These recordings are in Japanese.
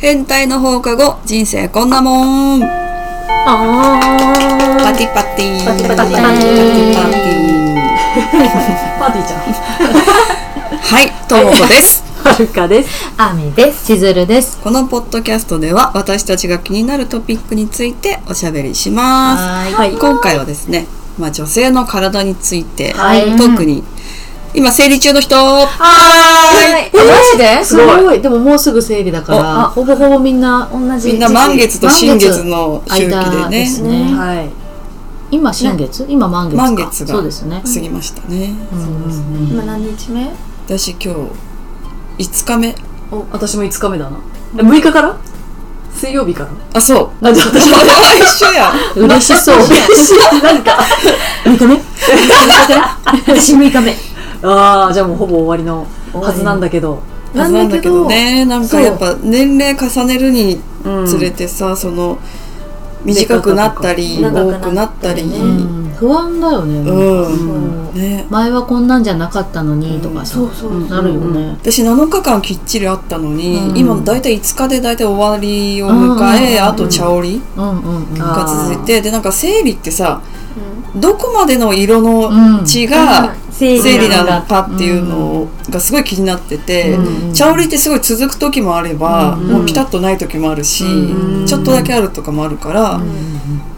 変態の放課後、人生こんなもん。あパティパティ。パティパテパィティパティーパーティーちゃんはい、ともこです。はるかですあみです。しずるです。このポッドキャストでは私たちが気になるトピックについておしゃべりしまはす。ーいはい今回はですね、まあ、女性の体について、はい特に今生理中の人はーい。マすジごいいでももうすぐ生理だからほぼほぼみんなで同じ。みんな満月と新月の周期で間ねですねはい今新月今満月か満月がそうですね過ぎましたね、うんうんうん今何日目私今日5日目お私も5日目だなえ6日から水曜日からあ そうあじゃあ私それは一緒や嬉しそう何か6日目私6日目。ああじゃあもうほぼ終わりのはずなんだけどはず なんだけどねなんかそうやっぱ年齢重ねるにうんつれてさ、その短くなったり長く多なったりくなったりねううん、ん 不安だよねね前はこんなんじゃなかったのにとかさそうそうう。なるよね私7日間きっちりあったのに、うん今だいたい5日でだいたい終わりを迎え、うんあと茶織うんうんうんあが続いてでなんか生理ってさどこまでの色うのん血が、生生理理ななんだ。のかっていうのがすごい気になってて、うん茶織ってすごい続く時もあれば、うんもうピタッとない時もあるし、うんちょっとだけあるとかもあるから、うん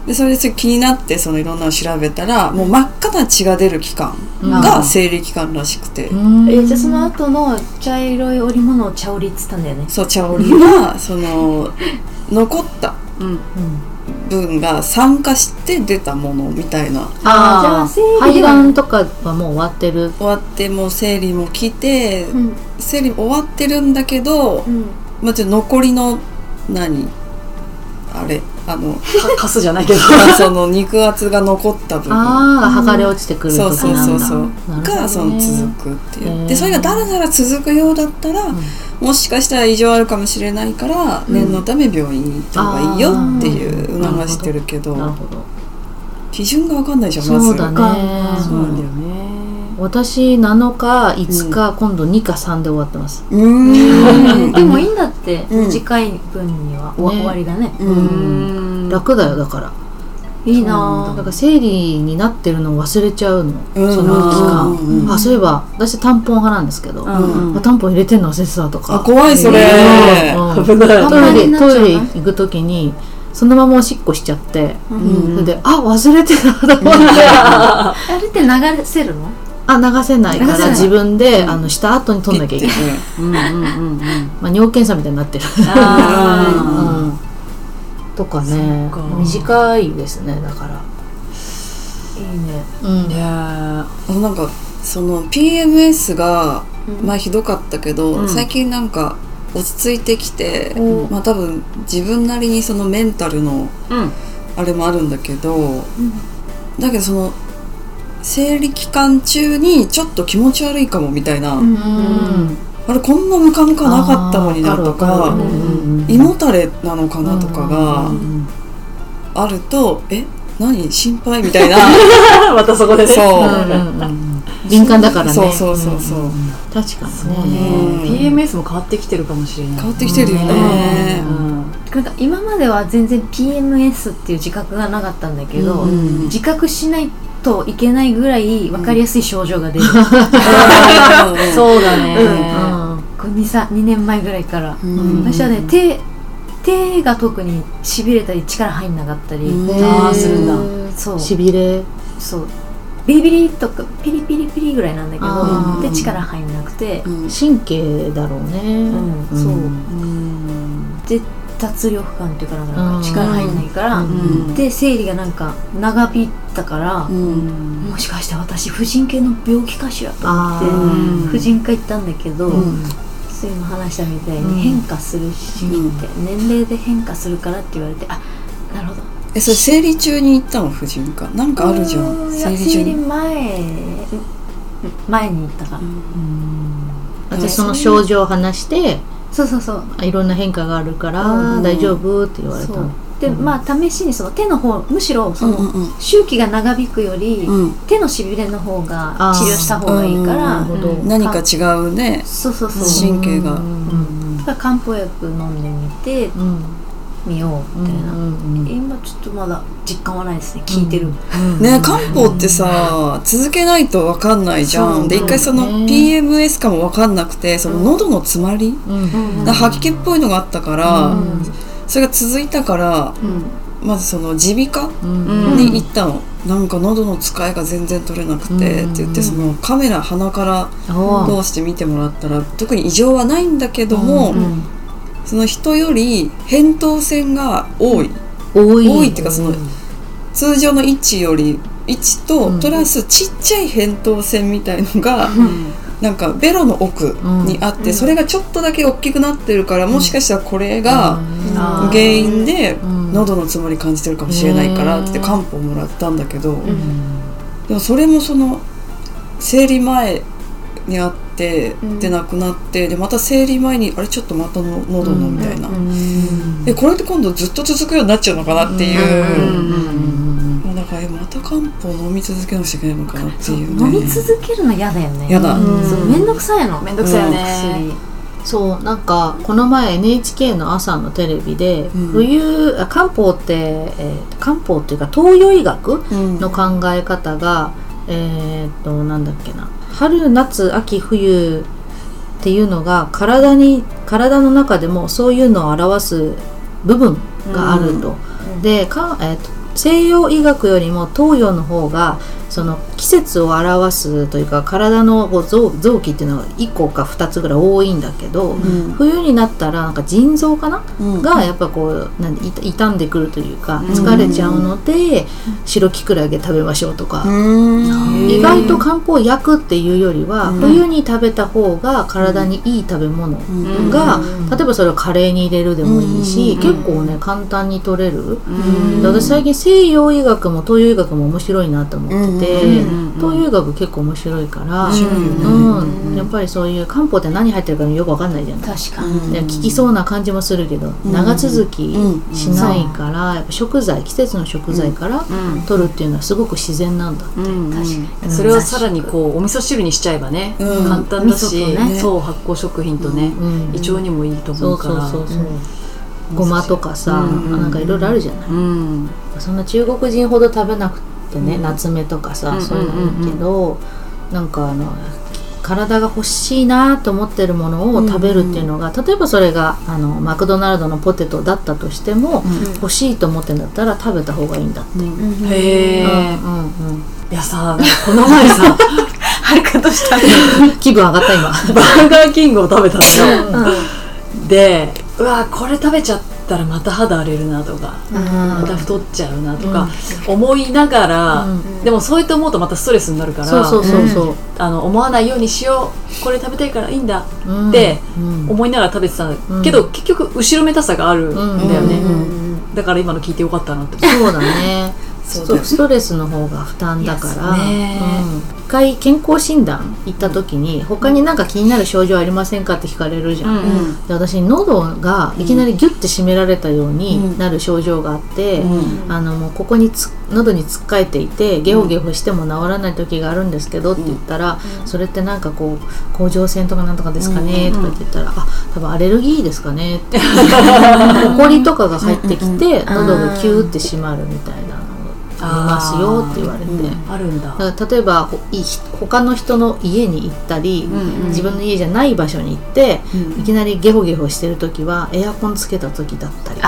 でそれですごい気になってそのいろんなの調べたらもう真っ赤な血が出る期間が生理期間らしくて、うんうんえ、じゃあその後の茶色い織物を茶織って言ったんだよね。そう茶織がその残ったうん分が酸化して出たものみたいなあーじゃああ生ー理排だ卵とかはもう終わってる終わってもう生理も来て、ん。生理終わってるんだけど、うん。まあ、ちょっと残りの何あれあ のかカスじゃないけどまあその肉厚が残った部分ああ剥がれ落ちてくる時そなうんそだうそうそうなるほどねがその続くっていう、へーでそれがだらだら続くようだったら、んもしかしたら異常あるかもしれないから、念のため病院に行った方がいいよっていうあー促してるけどなるほど基準が分かんないじゃんまずそうだねそうなんだよね私7日5日、今度2か3で終わってますうーんでもいいんだって、うん短い分にはおね終わりだね。ううんん楽だよだからいいだなからぁ。生理になってるのを忘れちゃうの、うんその期間、うんうんあそういえば私タンポン派なんですけど、うんうんあタンポン入れてんの忘れてたとあか怖いそれ、うん危ないトイ危なレいトイレ行く時にそのままおしっこしちゃって、うんそれであ忘れてたと思って、ああれって流せるの流せないか流せならい自分で、あのした後に取んなきゃいけない、うんうんうんうんまあ、尿検査みたいになってるあーうんとかねそっか短いですねだからいいね。うんいやあのなんかその PMS がうん前ひどかったけど、うん最近なんか落ち着いてきて、おまあ多分自分なりにそのメンタルのーうんあれもあるんだけど、だけどその生理期間中にちょっと気持ち悪いかもみたいな、んうんあれこんなムカムカなかったのになとあーわかるわるうんうん胃もたれなのかなとかがうんあると、え何心配みた いなまたそこでねそううんうんうん敏感だからねそうそうそうそう、ん確かそうにねね PMS も変わってきてるかもしれない変わってきてるよね、うんなんか今までは全然 PMS っていう自覚がなかったんだけど、うんうん 自覚しないといけないぐらい分かりやすい症状が出る、そうそうだねうこれ 2, 2年前ぐらいから、うん私はね手手が特にしびれたり力入んなかったり、うんんあーするんだそうしびれそうビリビリとかピリピリピリぐらいなんだあけどーで力入んなくて、うん神経だろうねうんそうで脱力感っていうかなんかなんか力入んないから、うんうんで生理がなんか長引ったから、うんもしかして私婦人系の病気かしらとあ思ってー婦人科行ったんだけど、うんそういうの話したみたいうんに変化するし、うんって年齢で変化するからって言われてあなるほどえそれ生理中に行ったの婦人科なんかあるじゃんういや生理中生理に前前に行ったから、私その症状を話してそうそうそうあいろんな変化があるからうん大丈夫って言われたそのうで、まあ試しにその手の方むしろその、うんうんうん周期が長引くより、うん手のしびれの方があー治療した方がいいから、なるほどうん何か違うねそうそうそう神経がうんぱり漢方薬飲んでみてうんみよううんみたいな、うんうん今ちょっとまだ実感はないですね聞いてる、うんね漢方ってさ続けないと分かんないじゃそんうで一回そのうん PMS かも分かんなくてその喉の詰まりうんうだんから吐き気っぽいのがあったから、うんそれが続いたからうんまずその耳鼻科うんに行ったの、なんか喉の使いが全然取れなくて、うんって言ってそのカメラ鼻からおー通して見てもらったら特に異常はないんだけども、うんうんその人より扁桃腺が多い、多い多いっていうかその通常の位置より位置と、うんプラスちっちゃい扁桃腺みたいのが、うんなんかベロの奥にあって、うんそれがちょっとだけ大きくなってるから、もしかしたらこれがあー原因でうん喉の詰まり感じてるかもしれないからって言って漢方もらったんだけど、でもそれもその生理前にあってうんで亡くなってでまた生理前にあれちょっとまたの喉のみたいな、うんでこれって今度ずっと続くようになっちゃうのかなってうんいう、うんもうだからえまた漢方飲み続けなくちゃいけないのかなっていうね飲み続けるの嫌だよねやだうんそうめんどくさいのめんどくさいよね、薬そうなんかこの前 NHK の朝のテレビで、うん冬あ漢方って、えー漢方っていうか東洋医学うんの考え方が、えーっとなんだっけな春夏秋冬っていうのが体に体の中でもそういうのを表す部分があると。うんでか、えーっと西洋医学よりも東洋の方がその季節を表すというか体のこう臓臓器っていうのが1個か2つぐらい多いんだけど、うん冬になったらなんか腎臓かな、うんがやっぱこうなんい傷んでくるというかん疲れちゃうので、白きくらげ食べましょうとか、うん意外と漢方薬っていうよりは、うん冬に食べた方が体にいい食べ物うんが、うん例えばそれをカレーに入れるでもいいし、うん結構ね簡単に取れる、うんで私最近西洋医学も東洋医学も面白いなと思ってて、うん東洋医学結構面白いから面、白いようねんやっぱりそういう漢方って何入ってるかよくわかんないじゃない確かうんで効きそうな感じもするけど、うん長続きうんしないから、やっぱ食材季節の食材から取るっていうのはすごく自然なんだ、うん確かにそれをさらにこうお味噌汁にしちゃえばね、うん簡単だし、味噌とねそう発酵食品とね、うん胃腸にもいいとそ思ううかそうらそうそう、うんごまとかさ、うんなんかいろいろあるじゃない、うんそんな中国人ほど食べなくてね、夏目とかさ、うんそういうのいいけど、なんかあの体が欲しいなと思ってるものを食べるっていうのが、例えばそれがあのマクドナルドのポテトだったとしても、うん欲しいと思ってんだったら食べた方がいいんだって、へえ、うんうんいやさこの前さ あれかとしたら気分上がった今バーガーキングを食べたんだよ、でうわこれ食べちゃったらまた肌荒れるなとか、また太っちゃうなとか思いながら、うんでもそうやって思うとまたストレスになるからそうそうそうそう、あの思わないようにしようこれ食べたいからいいんだうんでうん思いながら食べてたんだ、うんけど結局後ろめたさがあるんだよね、うんだから今の聞いてよかったなってそうだねそうだよねストレスの方が負担だから、いやそうねうん一回健康診断行った時に他になんか気になる症状ありませんかって聞かれるじゃん、うんうんで私喉がいきなりギュッて締められたようになる症状があって、うんあのもうここにつ喉につっかえていてゲホゲホしても治らない時があるんですけどって言ったら、それってなんかこう甲状腺とかなんとかですかね、とかって言ったら「あ多分アレルギーですか ね」ってほこりとかが入ってきて、喉がキューって閉まるみたいなのがありますよって言われて。うんあるんだ、だから例えばほい他の人の家に行ったり、うん自分の家じゃない場所に行って、うんいきなりゲホゲホしてる時はエアコンつけた時だったりと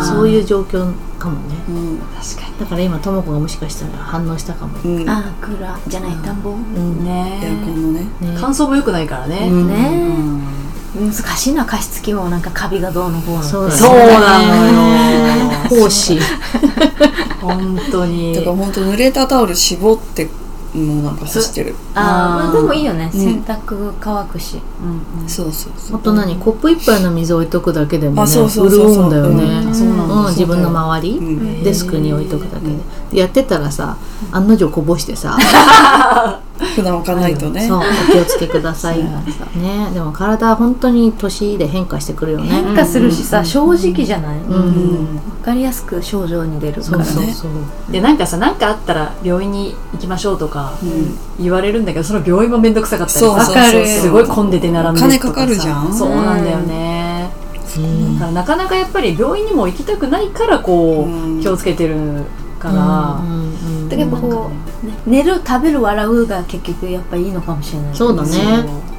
かーそういう状況かもねうん確かだから今とも子がもしかしたら反応したかも、うんエアあークーラーじゃない暖房うんにねコンのねね乾燥も良くないからね、うんねん難しいな加湿器もなんかカビがどうのこうのそうってそうなのよ講師 本当にだから本当濡れたタオル絞ってもうなんか干してるあーまあーあでもいいよねうん洗濯乾くしうんうんそうそうそあうと何コップ一杯の水置いとくだけでもあねそうそうそうそ潤ううんだよね、うんあそうなんだうん、自分の周り、うんへーデスクに置いとくだけで、やってたらさ案の定こぼしてさ普段置かないとね、そうお気をつけくださいそうねでも体は本当に年で変化してくるよね変化するしさ、正直じゃない、うわうんんかりやすく症状に出るかそらうねそうそうでなんかさ何かあったら病院に行きましょうとかうん言われるんだけどその病院も面倒くさかったりさそうそうわかるすごい混んでて並んでるとお金かかるじゃんそうなんだよね、だからなかなかやっぱり病院にも行きたくないからこう、うん気をつけてるから、うんうんうんだけどこう、ね寝る食べる笑うが結局やっぱいいのかもしれないそうだね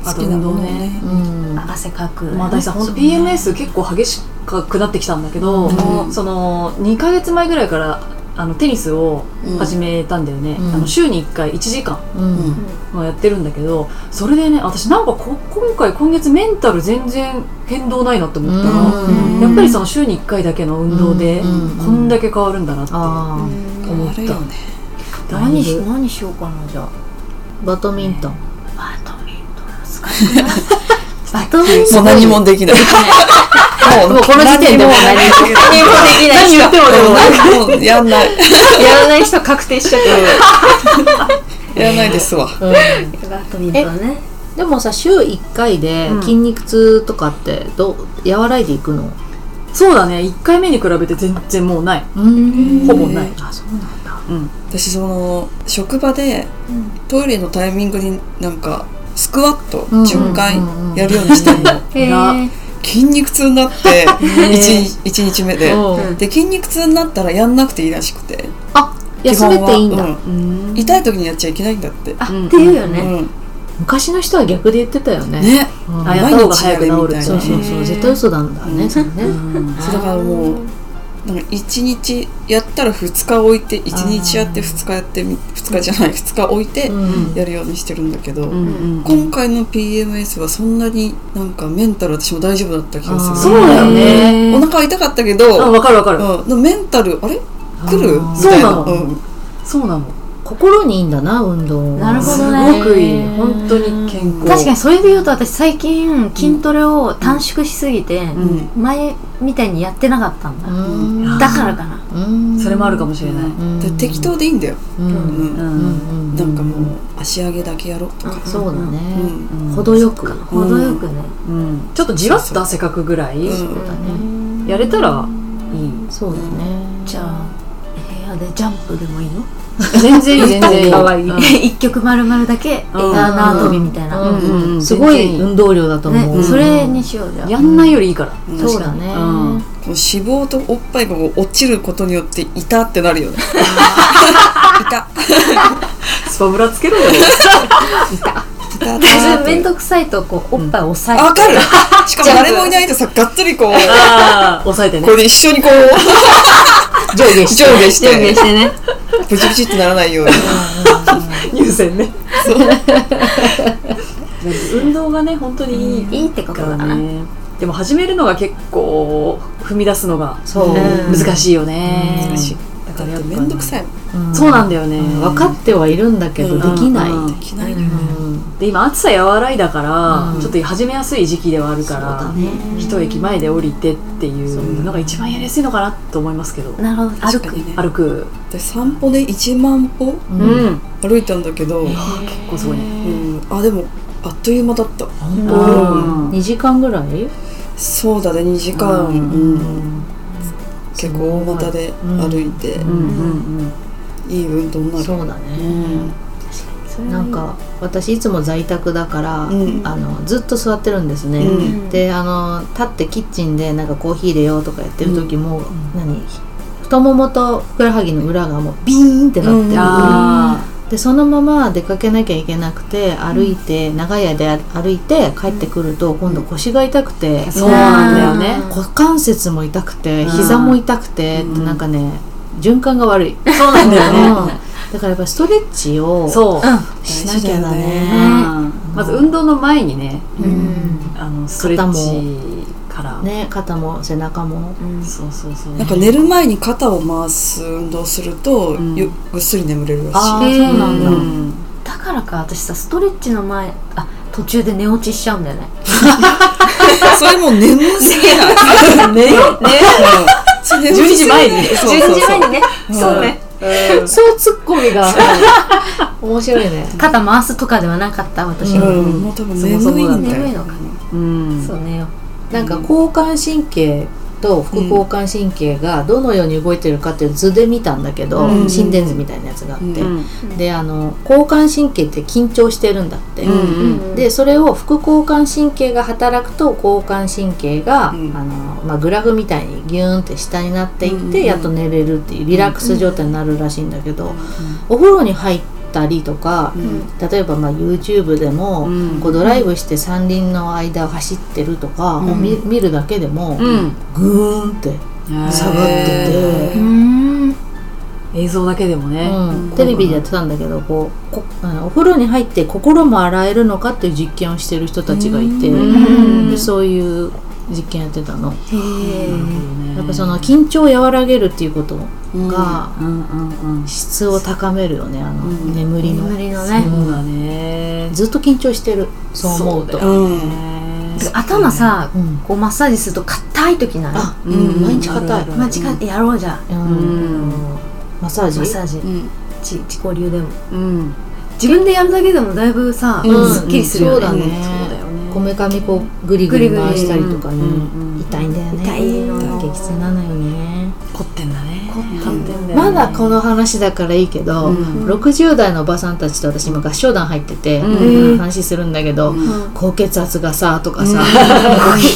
あ好ときな運も動のをねねうんあ汗かく、まあ大地さん本当 PMS 結構激しくなってきたんだけど、うんその2ヶ月前ぐらいからあのテニスを始めたんだよね、うんあの週に1回1時間うんうんまあやってるんだけどそれでね私なんかこ今回今月メンタル全然変動ないなって思ったら、うんやっぱりその週に1回だけの運動で、うんこんだけ変わるんだなって、あー変わるよね何何しし何しようかなじゃあバドミントンバドミントン難しいバドミンそう何もできないももうこの時点でもう何もできない何もできない人言ってもでももうやんないやらない人確定し ちゃっやらないですわうんたバドミントンねでもさ週1回でうん筋肉痛とかってどう和らいでいくのそうだね1回目に比べて全然もうない、うんほぼないね、あそうなんだうん、私その職場でトイレのタイミングになんかスクワットうん10回うんうんうんやるようにしてんのへー筋肉痛になって1日 ,1 日目でおううんで筋肉痛になったらやんなくていいらしくてあ休めていいんだ、基本はうんい痛い時にやっちゃいけないんだってあうんっていうようねん昔の人は逆で言ってたよねねうんあやった方が早く治るってねそうそうそう絶対嘘なんだね、それねそうだからもうなんか1日やったら2日置いて1日やって2日やってみ2日じゃない2日置いてうんやるようにしてるんだけど、うんうん今回の PMS はそんなになんかメンタル私も大丈夫だった気がすあーるそうだよねお腹痛かったけあど、分かる分かる、うん、でもメンタルあれ来るあーみたいなそうなのんそうなの心にいいんだな運動はなるほどねすごくいい本当に健康確かにそれで言うと私最近筋トレを短縮しすぎてうん前みたいにやってなかったんだうんだからかなうんそれもあるかもしれない、うんで適当でいいんだよ、ううんんうんうんなんかもう足上げだけやろうとか、そうだね、うんうん程よく程よくねうんちょっとじわっと汗かくぐらいうんだねやれたらいいそうだねじゃあ部屋でジャンプでもいいの全然いい全然いい可愛いうん 一曲まるまるだけうん枝縄跳びみたいな、うんうんうんすごい全然い運動量だと思う、ね、んそれにしようじゃんいやんないよりいいからうんそうだね、うんこの脂肪とおっぱいがこう落ちることによって痛ってなるよね痛スパブラつけろよ痛っそれてめんどくさいとこうおっぱい押さえあわかるしかも誰もいないとさがっつりこうああ抑えてねこれで一緒にこう上下上下してしてねブチブチってならないように優先ね運動がね本当にいいいいってことかだらな、ねでも始めるのが結構踏み出すのがそう、うん難しいよねうん難しいだかだらっやってぱめんどくさいうんそうなんだよね分かってはいるんだけど、うんできない、うんできないのよねうんで今暑さ和らいだから、うんちょっと始めやすい時期ではあるかそうだら、ね一駅前で降りてっていうのが一番やりやすいのかなと思いますけど、なるほど歩確くかにね歩く、で散歩で1万歩うん歩いたんだけど、結構すごいね、うんあでもあっという間だった本う当ん2時間ぐらい、そうだね2時間、うんうん結構大股で歩いて、うんうんうんいい運動になるそうだうね、んなんか私いつも在宅だから、うんあのずっと座ってるんですね、うんであの立ってキッチンでなんかコーヒー入れようとかやってる時も、何太ももとふくらはぎの裏がもうビーンってなってる、うんあでそのまま出かけなきゃいけなくて歩いて、長い間歩いて帰ってくると今度腰が痛くてあ、そうなんだよね、股関節も痛くてうん膝も痛くて、うんってなんかね循環が悪い、うんそうなんだよね、だからやっぱストレッチをそう、しなきゃだねうんまず運動の前にねうんあのストレッチから、ね肩も背中も、そうそうそうなんか寝る前に肩を回す運動すると、うんよぐっすり眠れるらしあいーそうなんだ、うんだからか私さストレッチの前あ途中で寝落ちしちゃうんだよねそれもう眠すぎない寝ようんそれ眠すぎ12時前にそうそうそう12時前にねそうねそうツッコミが面白いね肩回すとかではなかった私うの、ん、もう多分眠いんだよ眠いのかうんそうねなんか交感神経と副交感神経がどのように動いてるかっていう図で見たんだけど、うん心電図みたいなやつがあって、うんであの交感神経って緊張してるんだって、うんでそれを副交感神経が働くと交感神経が、うんあのまあ、グラフみたいにギューンって下になっていって、うんうんやっと寝れるっていうリラックス状態になるらしいんだけど、お風呂に入ったりとか、例えばまあ YouTube でも、うんこうドライブして山林の間を走ってるとか、うん見見るだけでも、うんグーンって、下がっててへーうん映像だけでもねうんうんテレビでやってたんだけどこうこあのお風呂に入って心も洗えるのかっていう実験をしてる人たちがいて、うんでそういう実験やってたの。へえやっぱその緊張を和らげるっていうことうんがうんうんうん質を高めるよねあのうん眠りの、無理のねそうだねずっと緊張してるそう思うとだようん頭さうんこうマッサージすると硬い時ないあ、うんうん毎日硬いあるあるまあ時間やろうじゃんうんうんマッサージマッサージうんち自己流でもうん自分でやるだけでもだいぶさうんすっきりするよそうだねねそうだよねこめかみこうグリグリ回したりとかね、うんうん痛いんだよね痛いのよ激痛なのよね凝ってんだね凝ってんだよねまだこの話だからいいけど、うん60代のおばさんたちと私今合唱団入ってて、うん話するんだけど、うんうん高血圧がさとかさ、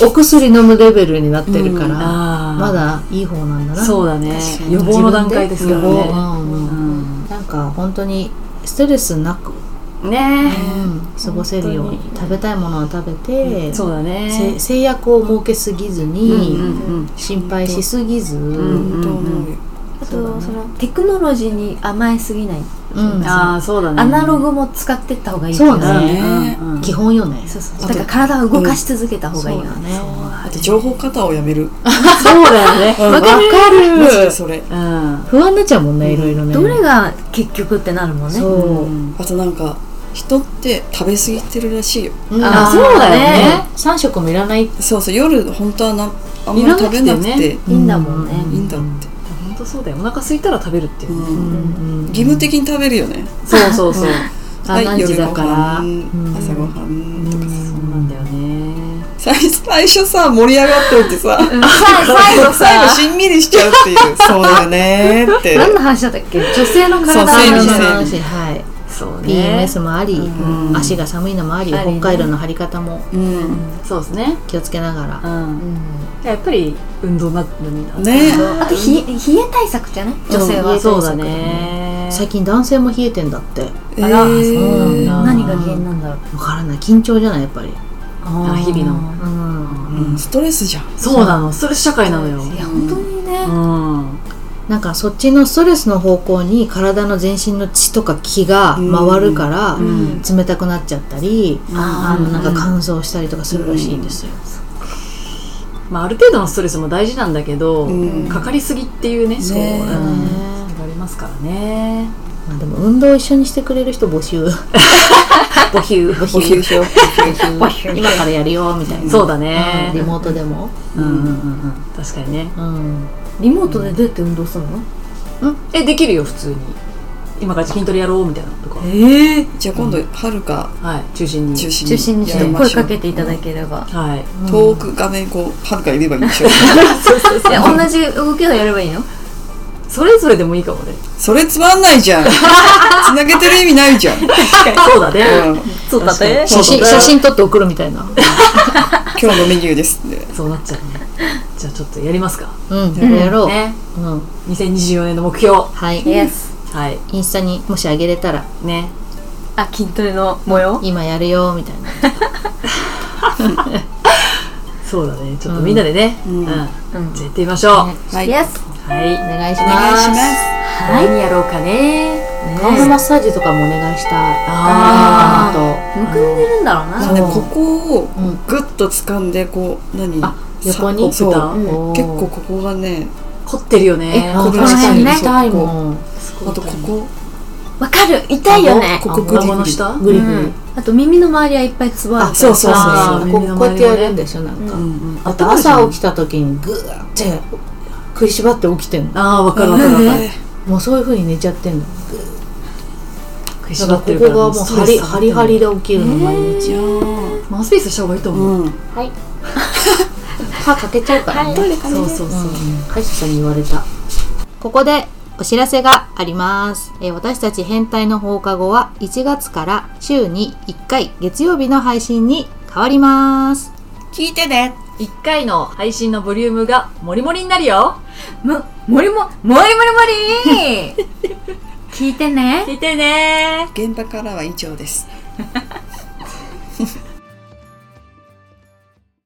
お薬飲むレベルになってるから、あーまだいい方なんだなそうだね確かに予防の段階ですから自分で予ね防うんうんなんか本当にストレスなく、ね過ごせるように本食べたいものは食べて、えそうだせね制約を設けすぎずに、うん心配しすぎず、ん本当思うよあそうだとねそのテクノロジーに甘えすぎないうんああそうだねアナログも使ってった方がいいけそどうだねうんうん基本よねそうそうだから体を動かし続けた方がいいよねあと情報過多をやめるそうだよねわかるマジでそれうん不安になっちゃうもんねいろいろねどれが結局ってなるもんねそうあとなんか人って食べ過ぎてるらしいようんああそうだよねね3食もいらないそうそう夜本当はなあんまり食べなくていいいんだもんねいんだって、本当そうだよお腹空いたら食べるっていううんねうん義務的に食べるよねそうそう そうあ何時だから夜ごうん飯朝ごはんとかそさうなんだよね最最初さ盛り上がっといてさ 最後最後さしんみりしちゃうっていうそうだよねーって何の話だったっけ女性の体のそう体生の理話生理話はいそうね PMS もあり、うん足が寒いのもあり、ありね北海道の張り方もうんそうですね気をつけながら、うんやっぱり運動になるんだねあとひ冷え対策じゃない女性はそうだね最近男性も冷えてんだってわえあらーそう何が原因なんだろうからない緊張じゃないやっぱり、あ日々のうん、うんストレスじゃんそうなのそれ社会なのよいや本当にねうんなんかそっちのストレスの方向に体の全身の血とか気が回るから、うん冷たくなっちゃったり、ああのなんか乾燥したりとかするらしいんですよ、まあある程度のストレスも大事なんだけどうんかかりすぎっていうねそうだねんねありますからねまあ、でも運動を一緒にしてくれる人募 集ボヒューお給料今からやるよみたいなそうだねうんリモートでも、うんうんうんうん確かにねうん、リモートでどうやって運動するのえできるよ普通に今から筋トレやろうみたいなのとかええじゃあ今度はるかはい中心に中心中心ににやちょっりとま声しょかうけていただければはい遠く画面こうはるかいればいいんでしょえ同じ動きをやればいいのそれぞれでもいいかもねそれつまんないじゃんつなげてる意味ないじゃん、うん、そうだねそうだね写真写真撮って送るみたいな今日のメニューですってそうなっちゃうねじゃあちょっとやりますかうん、うんやろう、ねうん、 2024年の目標ははい、 Yes いインスタにもしあげれたらねあ筋トレの模様今やるよみたいなそうだねちょっとみんなでねうんうんじゃうあんやってみましょうはい Yes はいお願いしおます願いします何やろうかね顔のマッサージとかもお願いしたいああとむくんでるんだろうななんでそうここをうんグッと掴んでこう何あさ横にそう豚結おー構ここがね凝ってるよねあこ確こかにねしたいもんあとここわかる痛いよねここグリ顎グのリ下グリうグリんあと耳の周りはいっぱいつぼあるからあそうそうあそーうこ耳のこう周やっりてがねやるんでしょなんか、そううんうんあと朝起きた時にグーって食いしばって起きてんのああわかるわかるわかるえもうそういうふうに寝ちゃってんの食いだしかばらっこてるこかがらもうハリハリハリで起きるの毎日、じゃマウスピースした方がいいとあ思う、うんはい歯かけちゃうからね、はいそうそうそう、歯医者さんに言われたここでお知らせがあります、えー私たち変態の放課後は1月から週に1回月曜日の配信に変わります聞いてね一回の配信のボリュームがモリモリになるよももりももりもりもり 聞いてね聞いてね現場からは以上です